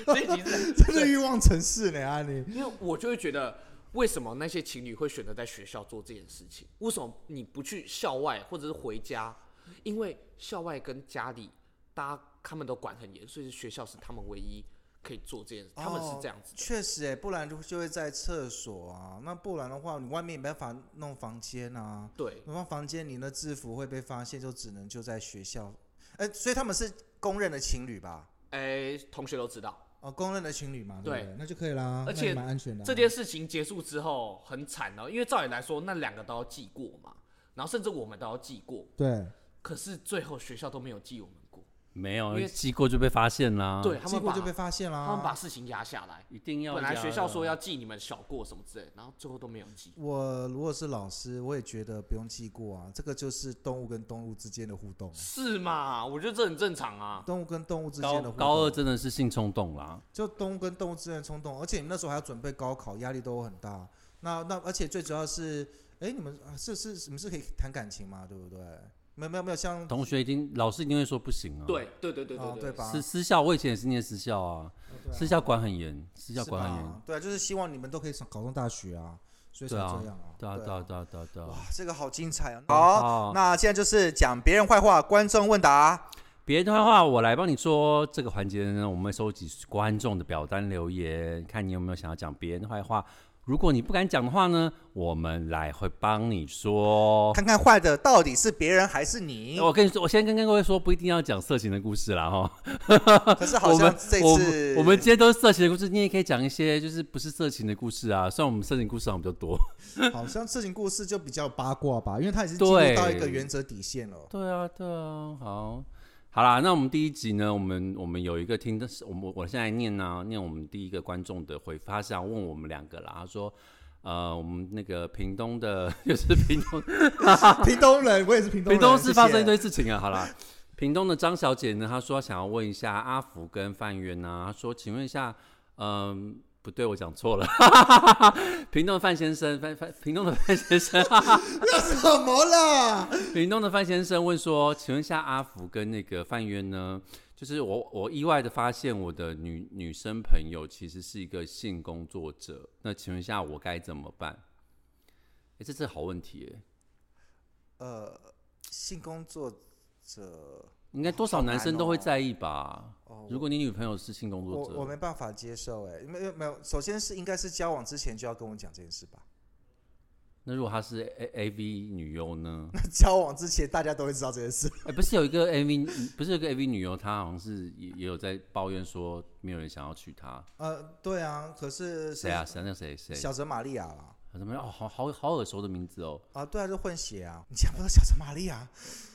Speaker 4: 所以其 实，
Speaker 1: 真的欲望城市呢，阿你。
Speaker 4: 因为我就会觉得，为什么那些情侣会选择在学校做这件事情？为什么你不去校外或者是回家？因为校外跟家里，大家他们都管很严，所以学校是他们唯一可以做这件事，他们是这样子
Speaker 1: 哦
Speaker 4: 的。
Speaker 1: 确实哎，不然就就会在厕所啊，那不然的话，你外面没办法弄房间啊，
Speaker 4: 对，
Speaker 1: 弄完房间你的制服会被发现，就只能就在学校。哎，所以他们是公认的情侣吧？
Speaker 4: 哎、同学都知道。
Speaker 1: 哦，公认的情侣嘛，对不
Speaker 4: 对
Speaker 1: 对，那就可以啦，
Speaker 4: 而
Speaker 1: 那
Speaker 4: 且
Speaker 1: 也蛮安全的啊。
Speaker 4: 这件事情结束之后很惨哦，因为照理来说那两个都要记过嘛，然后甚至我们都要记过，
Speaker 1: 对，
Speaker 4: 可是最后学校都没有记我们过，
Speaker 2: 没有
Speaker 4: 因，为
Speaker 2: 记过就被发现啦。
Speaker 4: 对，他
Speaker 1: 结
Speaker 4: 们
Speaker 1: 果
Speaker 4: 把
Speaker 1: 就被发现啦。
Speaker 4: 他们把事情啊压啊下来。
Speaker 2: 一定要。
Speaker 4: 本来学校说要，记你们小过什么之类，然后最后都没有记。
Speaker 1: 我如果是老师，我也觉得不用记过啊，这个就是动物跟动物之间的互动，
Speaker 4: 是嘛？我觉得这很正常啊。
Speaker 1: 动物跟动物之
Speaker 2: 高
Speaker 1: 间的互动。
Speaker 2: 高二真的是性冲动啦。
Speaker 1: 就动物跟动物之间的冲动，而且你们那时候还要准备高考，压力都很大。那那而且最主要是，哎，你们啊是是你们是可以谈感情嘛，对不对？没有没有没有像
Speaker 2: 同学一定，老师一定会说不行啊。，
Speaker 4: 对对对对
Speaker 1: 哦
Speaker 4: 对
Speaker 1: 对
Speaker 4: 对，
Speaker 1: 吧？
Speaker 2: 私私校我以前也是念私校啊，
Speaker 1: 对啊
Speaker 2: 私校管很严，私
Speaker 1: 是
Speaker 2: 校管很严
Speaker 1: 吧。对啊，就是希望你们都可以上考上大学啊，所以才
Speaker 2: 对啊
Speaker 1: 这样啊。
Speaker 2: 对啊，对啊，
Speaker 1: 啊，
Speaker 2: 对啊，对啊，对
Speaker 1: 哇
Speaker 2: 啊。，
Speaker 1: 这个好精彩啊！
Speaker 2: 好
Speaker 1: 好，那现在就是讲别人坏话，观众问答。
Speaker 2: 别的话，我来帮你说。这个环节呢，我们收集观众的表单留言，看你有没有想要讲别人的坏话。如果你不敢讲的话呢，我们来会帮你说。
Speaker 1: 看看坏的到底是别人还是你？
Speaker 2: 我跟你说，我先跟各位说，不一定要讲色情的故事啦，哈。
Speaker 1: 可是好
Speaker 2: 我们
Speaker 1: 像这
Speaker 2: 我
Speaker 1: 次
Speaker 2: 们我们今天都是色情的故事，你也可以讲一些就是不是色情的故事啊。虽然我们色情故事好像比较多，
Speaker 1: 好像事情故事就比较八卦吧，因为它已经进入
Speaker 2: 对
Speaker 1: 到一个原则底线了。
Speaker 2: 对啊，对啊，好，好啦，那我们第一集呢，我们我们有一个听的，是我们我现在念啊，念我们第一个观众的回复，他是想问我们两个啦，他说。呃，我们那个屏东的， 就是屏东，
Speaker 1: 屏东人，我也是屏东人。
Speaker 2: 屏东市发生
Speaker 1: 谢
Speaker 2: 一
Speaker 1: 谢
Speaker 2: 堆事情啊。好啦，屏东的张小姐呢，她说想要问一下阿福跟范渊啊，她说，请问一下，嗯，不对，我讲错了， 屏东的范先生，范范，屏东的范先生，
Speaker 1: 那什么啦？
Speaker 2: 屏东的范先生问说：“请问一下，阿福跟那个范渊呢？就是我，我意外的发现我的女女生朋友其实是一个性工作者，那请问一下，我该怎么办？”哎，这是好问题耶，
Speaker 1: 呃，性工作者，
Speaker 2: 应该多少男生都会在意吧？
Speaker 1: 哦
Speaker 2: 如果你女朋友是性工
Speaker 1: 我
Speaker 2: 作
Speaker 1: 我
Speaker 2: 者，
Speaker 1: 没办法接受哎、没有没有，首先是应该是交往之前就要跟我讲这件事吧。
Speaker 2: 那如果她是 A A V 女优呢？
Speaker 1: 交往之前大家都会知道这件事，
Speaker 2: 哎、不是有一个 A V，不是 有一个 A V 女优，她好像是也也有在抱怨说没有人想要娶她。
Speaker 1: 呃，对啊，可是
Speaker 2: 谁啊？？谁啊？那谁谁？
Speaker 1: 小泽玛利亚啦，
Speaker 2: 什么？哦，好好好耳熟的名字哦。
Speaker 1: 啊，对啊，就混血啊，你竟然不知道小泽玛利亚？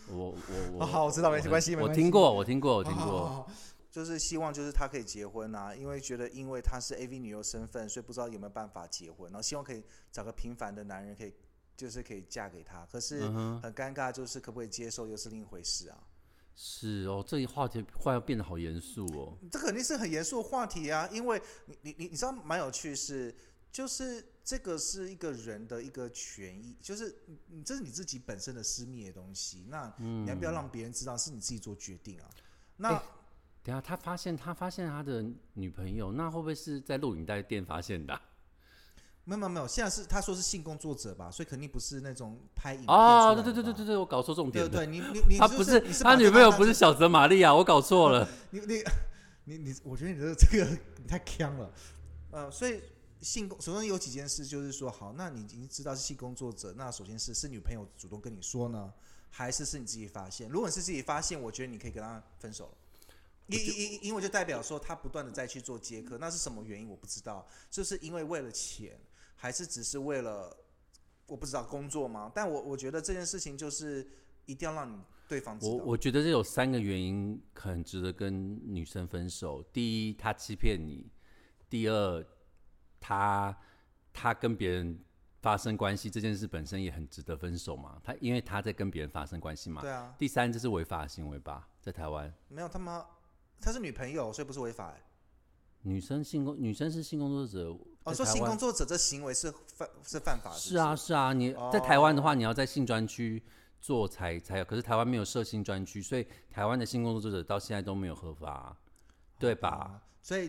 Speaker 2: 我我我。
Speaker 1: 哦好我知道没
Speaker 2: 很
Speaker 1: 关系没
Speaker 2: 我
Speaker 1: 关系哦
Speaker 2: 听过，我听过，我听
Speaker 1: 好好
Speaker 2: 过。
Speaker 1: 好好 就是希望就是她可以结婚啊，因为觉得因为她是 AV 女优身份，所以不知道有没有办法结婚，然后希望可以找个平凡的男人可以。就是可以嫁给他，可
Speaker 2: 嗯
Speaker 1: 是很尴尬，就是可不可以接受又是另一回事啊。
Speaker 2: 是哦，这一话题快要变得好严肃哦。
Speaker 1: 这肯定是很严肃的话题啊，因为你你你你知道蛮有趣是，就是这个是一个人的一个权益，就是你你这是你自己本身的私密的东西，那你要不
Speaker 2: 嗯
Speaker 1: 要让别人知道是你自己做决定啊？那、
Speaker 2: 等一下，他发现他发现他的女朋友，那会不会是在录影带店发现的啊、
Speaker 1: 没有没有没有，现在是他说是性工作者吧，所以肯定不是那种拍影片
Speaker 2: 哦，
Speaker 1: 出
Speaker 2: 对
Speaker 1: 来的
Speaker 2: 对对对
Speaker 1: 吧
Speaker 2: 对对，我搞错重点
Speaker 1: 对对，
Speaker 2: 了。
Speaker 1: 你你你
Speaker 2: 他
Speaker 1: 就
Speaker 2: 不
Speaker 1: 是
Speaker 2: 是
Speaker 1: 你是把
Speaker 2: 他女朋友，不
Speaker 1: 当
Speaker 2: 是小泽玛利亚，我搞错了。
Speaker 1: 你你你你，我觉得你这个这个你太坑了，呃，所以性工首先有几件事就是说，好，那你已经知道是性工作者，那首先是是女朋友主动跟你说呢，还是是你自己发现？如果你是自己发现，我觉得你可以跟他分手了。因因因因为就代表说他不断的再去做接客，那是什么原因我不知道，就是因为为了钱，还是只是为了我不知道工作吗？但我我觉得这件事情就是一定要让你对方知道。
Speaker 2: 我我觉得这有三个原因很值得跟女生分手：第一，她欺骗你；第二，她她跟别人发生关系这件事本身也很值得分手嘛，她因为她在跟别人发生关系嘛。
Speaker 1: 对啊，
Speaker 2: 第三，这是违法的行为吧？在台湾，
Speaker 1: 没有他妈，她是女朋友，所以不是违法、欸。
Speaker 2: 女生性工女生是性工作者，
Speaker 1: 哦，
Speaker 2: 在
Speaker 1: 说
Speaker 2: 台
Speaker 1: 性
Speaker 2: 湾
Speaker 1: 工作者这行为是犯是哦犯法的，
Speaker 2: 是啊，是啊，你在台湾的话，你要在性专区做才才有，可是台湾没有设性专区，所以台湾的性工作者到现在都没有合法啊，对
Speaker 1: 不是，
Speaker 2: 吧？
Speaker 1: 啊所以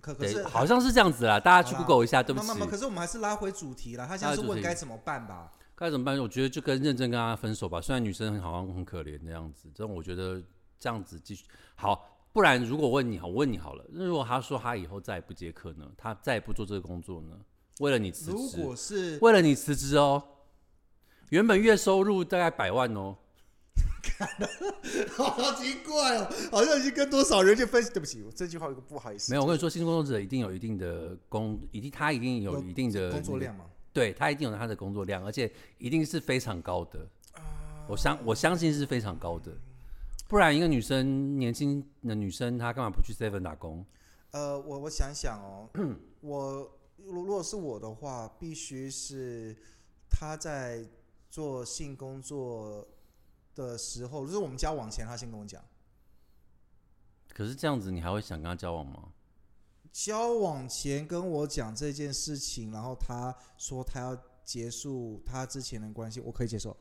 Speaker 1: 可可
Speaker 2: 对，
Speaker 1: 是
Speaker 2: 好像是这样子啦，大家去
Speaker 1: 好啦
Speaker 2: Google 一下，对不
Speaker 1: 那
Speaker 2: 起
Speaker 1: 那，么可是我们还是拉回主题了，他现在是
Speaker 2: 拉回主
Speaker 1: 问
Speaker 2: 题
Speaker 1: 该怎么办吧？
Speaker 2: 该怎么办？我觉得就跟认真跟他分手吧，虽然女生好像很可怜的样子，但我觉得这样子继续好。不然，如果问你好，我问你好了，那如果他说他以后再也不接客呢，他再也不做这个工作呢，为了你辞
Speaker 1: 如
Speaker 2: 职，
Speaker 1: 果是
Speaker 2: 为了你辞职哦，原本月收入大概百万哦，
Speaker 1: 好奇怪哦，好像已经跟多少人去分析，对不起，我这句话有个不好意思，
Speaker 2: 没有，我跟你说，性工作者一定有一定的工，一定他一定有
Speaker 1: 有
Speaker 2: 一定的
Speaker 1: 工作，量嘛，
Speaker 2: 对他一定有他的工作量，而且一定是非常高的。
Speaker 1: 啊
Speaker 2: 我相我相信是非常高的，不然一个女生年轻的女生，她干嘛不去 Seven 打工？
Speaker 1: 呃，我我想想哦，我如如果是我的话，必须是他在做性工作的时候，就是我们交往前，他先跟我讲。
Speaker 2: 可是这样子，你还会想跟她交往吗？
Speaker 1: 交往前跟我讲这件事情，然后他说他要结束他之前的关系，我可以接受。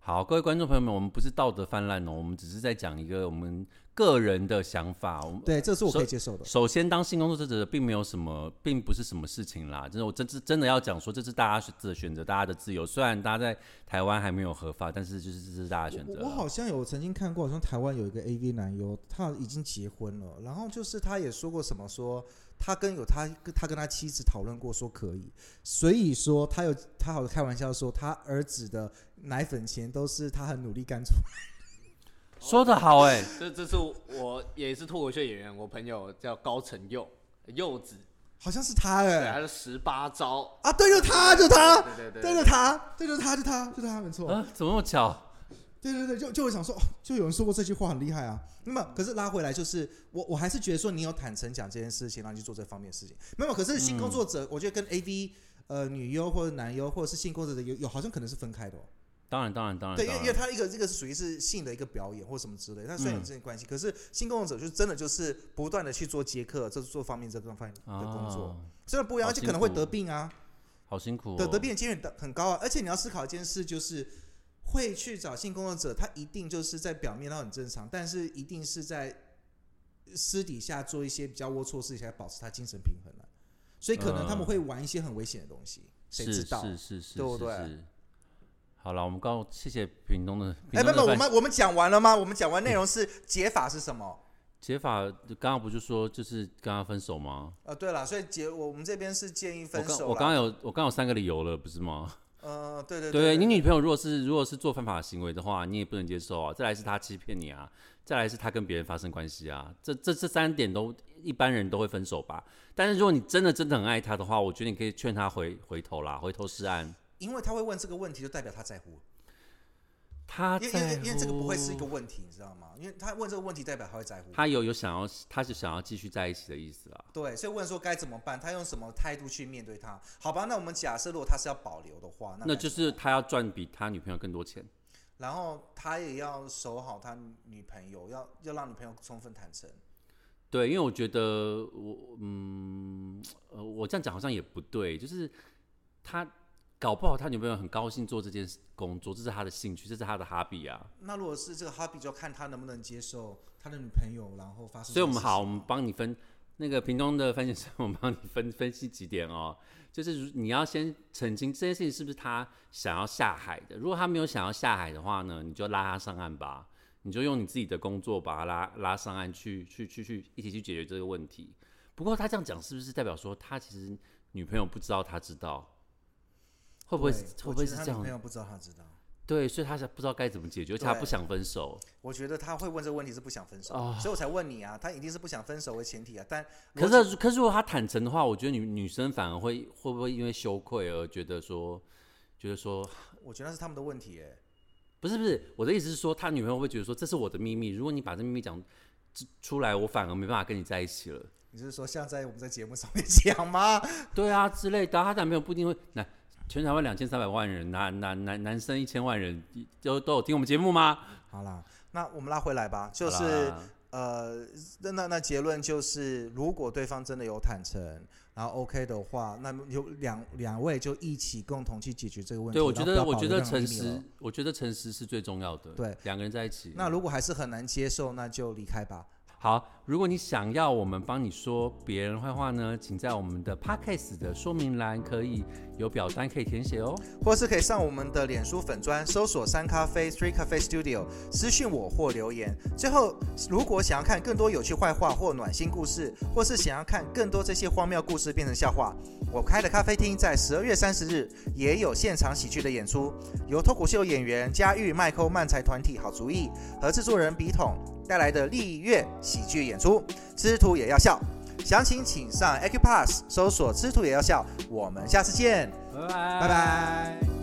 Speaker 2: 好，各位观众朋友们，我们不是道德泛滥哦，我们只是在讲一个我们个人的想法。我们
Speaker 1: 对，这是我
Speaker 2: 所
Speaker 1: 可以接受的。
Speaker 2: 首先，当性工作者并没有什么，并不是什么事情啦。真的，我真真真的要讲说，这是大家自己的选择，大家的自由。虽然大家在台湾还没有合法，但是就是这是大家的选择
Speaker 1: 我我
Speaker 2: 啦。
Speaker 1: 好像有曾经看过，好像台湾有一个 AV 男优，他已经结婚了，然后就是他也说过什么说。他跟有他他跟他妻子讨论过，说可以，所以说他有他好像开玩笑说他儿子的奶粉钱都是他很努力干出来
Speaker 2: 说得好哎、
Speaker 4: 这这是我也是脱口秀演员，我朋友叫高成佑，柚子，
Speaker 1: 好像是他
Speaker 4: 对，
Speaker 1: 哎、
Speaker 4: 他是十八招，
Speaker 1: 啊，对，就他，就他，
Speaker 4: 对对
Speaker 1: 对，就他，对，就他，就他，就他，没错。
Speaker 2: 啊，怎么那么巧？
Speaker 1: 对对对，就就我想说，哦，就有人说过这句话很厉害啊。那么，可是拉回来就是，我我还是觉得说，你有坦诚讲这件事情，然后你去做这方面的事情。没有，可是性工作者，
Speaker 2: 嗯
Speaker 1: 我觉得跟 A V 呃女优或者男优或者是性工作者有有好像可能是分开的哦。
Speaker 2: 当然，当然，当然，
Speaker 1: 对，因
Speaker 2: 嗯当
Speaker 1: 为因为
Speaker 2: 然。嗯
Speaker 1: 他一个这个是属于是性的一个表演或什么之类，但虽然有这些关系，可是性工作者就真的就是不断的去做接客，这做方面这个方面的工作，
Speaker 2: 啊，
Speaker 1: 虽然不一样，而
Speaker 2: 好
Speaker 1: 且
Speaker 2: 辛
Speaker 1: 可能会
Speaker 2: 苦
Speaker 1: 得病啊。
Speaker 2: 好辛苦、哦。
Speaker 1: 得得病的几率很高啊。而且你要思考一件事，就是会去找性工作者，他一定就是在表面上很正常，但是一定是在私底下做一些比较龌龊的事情，来保持他精神平衡了、啊所以可能他们
Speaker 2: 嗯
Speaker 1: 会玩一些很危险的东西，谁
Speaker 2: 是
Speaker 1: 知道？啊
Speaker 2: 是是是，
Speaker 1: 对不对
Speaker 2: 是是好了，我们告谢谢屏东的。屏
Speaker 1: 哎，
Speaker 2: 东
Speaker 1: 不
Speaker 2: 的
Speaker 1: 不，我
Speaker 2: 饭
Speaker 1: 们我们讲完了吗？我们讲完内容是解法是什么？
Speaker 2: 解法就刚刚不就说就是跟他分手吗？
Speaker 1: 呃，对了，所以结我们这边是建议分手
Speaker 2: 我刚我
Speaker 1: 啦
Speaker 2: 刚有我刚有三个理由了，不是吗？
Speaker 1: 呃，对对
Speaker 2: 对
Speaker 1: 对
Speaker 2: 你女朋友如果是如果是做犯法的行为的话，你也不能接受啊。再来是她欺骗你啊，再来是她跟别人发生关系啊，这这这三点都一般人都会分手吧。但是如果你真的真的很爱她的话，我觉得你可以劝她回回头啦，回头是岸。
Speaker 1: 因为他会问这个问题，就代表他在乎，
Speaker 2: 她
Speaker 1: 因为因为
Speaker 2: 在
Speaker 1: 因为这个不会是一
Speaker 2: 乎
Speaker 1: 个问题，你知道吗？因为他问这个问题，代表他会在乎。
Speaker 2: 她有有想要，她是想要继续在一起的意思啊。
Speaker 1: 对，所以问说该怎么办，他用什么态度去面对他？好吧，那我们假设如果他是要保留的话，那
Speaker 2: 那
Speaker 1: 该
Speaker 2: 就
Speaker 1: 怎么
Speaker 2: 是
Speaker 1: 办
Speaker 2: 他要赚比他女朋友更多钱。
Speaker 1: 然后他也要守好他女朋友，要要让女朋友充分坦诚。
Speaker 2: 对，因为我觉得我嗯呃，我这样讲好像也不对，就是他搞不好他女朋友很高兴做这件事工作，这是他的兴趣，这是他的 hobby 啊。
Speaker 1: 那如果是这个 hobby，就看他能不能接受他的女朋友，然后发生
Speaker 2: 所以
Speaker 1: 这
Speaker 2: 我
Speaker 1: 个事情。
Speaker 2: 们好，我们帮你分那个屏东的范先生，我们帮你分分析几点哦， 就是如你要先澄清这件事情是不是他想要下海的。如果他没有想要下海的话呢，你就拉他上岸吧，你就用你自己的工作把他拉拉上岸去，去去去一起去解决这个问题。不过他这样讲是不是代表说他其实女朋友不知道他知道？会
Speaker 1: 对，
Speaker 2: 不会是
Speaker 1: 我
Speaker 2: 会不会
Speaker 1: 觉
Speaker 2: 是
Speaker 1: 得
Speaker 2: 这
Speaker 1: 他女朋
Speaker 2: 样？
Speaker 1: 友不知道他知道。
Speaker 2: 对，所以他才不知道该怎么解决，而且他
Speaker 1: 对
Speaker 2: 不想分手。
Speaker 1: 我觉得他会问这个问题是不想分手，
Speaker 2: 哦
Speaker 1: 所以我才问你啊，他一定是不想分手为前提啊。但
Speaker 2: 可
Speaker 1: 如果
Speaker 2: 是，可是如果他坦诚的话，我觉得女女生反而会会不会因为羞愧而觉得说，觉得说
Speaker 1: 我觉得那是他们的问题哎、
Speaker 2: 不是不是，我的意思是说，他女朋友会觉得说这是我的秘密，如果你把这秘密讲出出来，我反而没办法跟你在一起了，
Speaker 1: 你是说像在我们在节目上面讲吗？
Speaker 2: 对啊之类的啊。他男朋友不一定会，那全台湾两千三百万人，男男男男生一千万人，都都有听我们节目吗？
Speaker 1: 好啦，那我们拉回来吧，就
Speaker 2: 好
Speaker 1: 是
Speaker 2: 啦
Speaker 1: 呃，那那那结论就是，如果对方真的有坦诚，然后 OK 的话，那么有两两位就一起共同去解决这个问题。
Speaker 2: 对，我觉
Speaker 1: 然
Speaker 2: 得
Speaker 1: 后不
Speaker 2: 我
Speaker 1: 要保
Speaker 2: 觉
Speaker 1: 留
Speaker 2: 得
Speaker 1: 任何秘
Speaker 2: 诚
Speaker 1: 密了
Speaker 2: 实，我觉得诚实是最重要的。
Speaker 1: 对，
Speaker 2: 两个人在一起，
Speaker 1: 那如果还是很难接受，那就离开吧。
Speaker 2: 好，如果你想要我们帮你说别人坏话呢，请在我们的 podcast 的说明栏可以有表单可以填写哦。
Speaker 1: 或是可以上我们的脸书粉砖搜索“三咖啡 Three Cafe Studio” 私讯我或留言。最后，如果想要看更多有趣坏话或暖心故事，或是想要看更多这些荒谬故事变成笑话，我开的咖啡厅在十二月三十日也有现场喜剧的演出，由脱口秀演员佳玉麦扣漫才团体好主意和制作人笔筒带来的丽月喜剧演出，吃土也要笑。详情请上 Acupass 搜索“吃土也要笑”。我们下次见，
Speaker 2: 拜
Speaker 1: 拜
Speaker 2: 拜，
Speaker 1: 拜。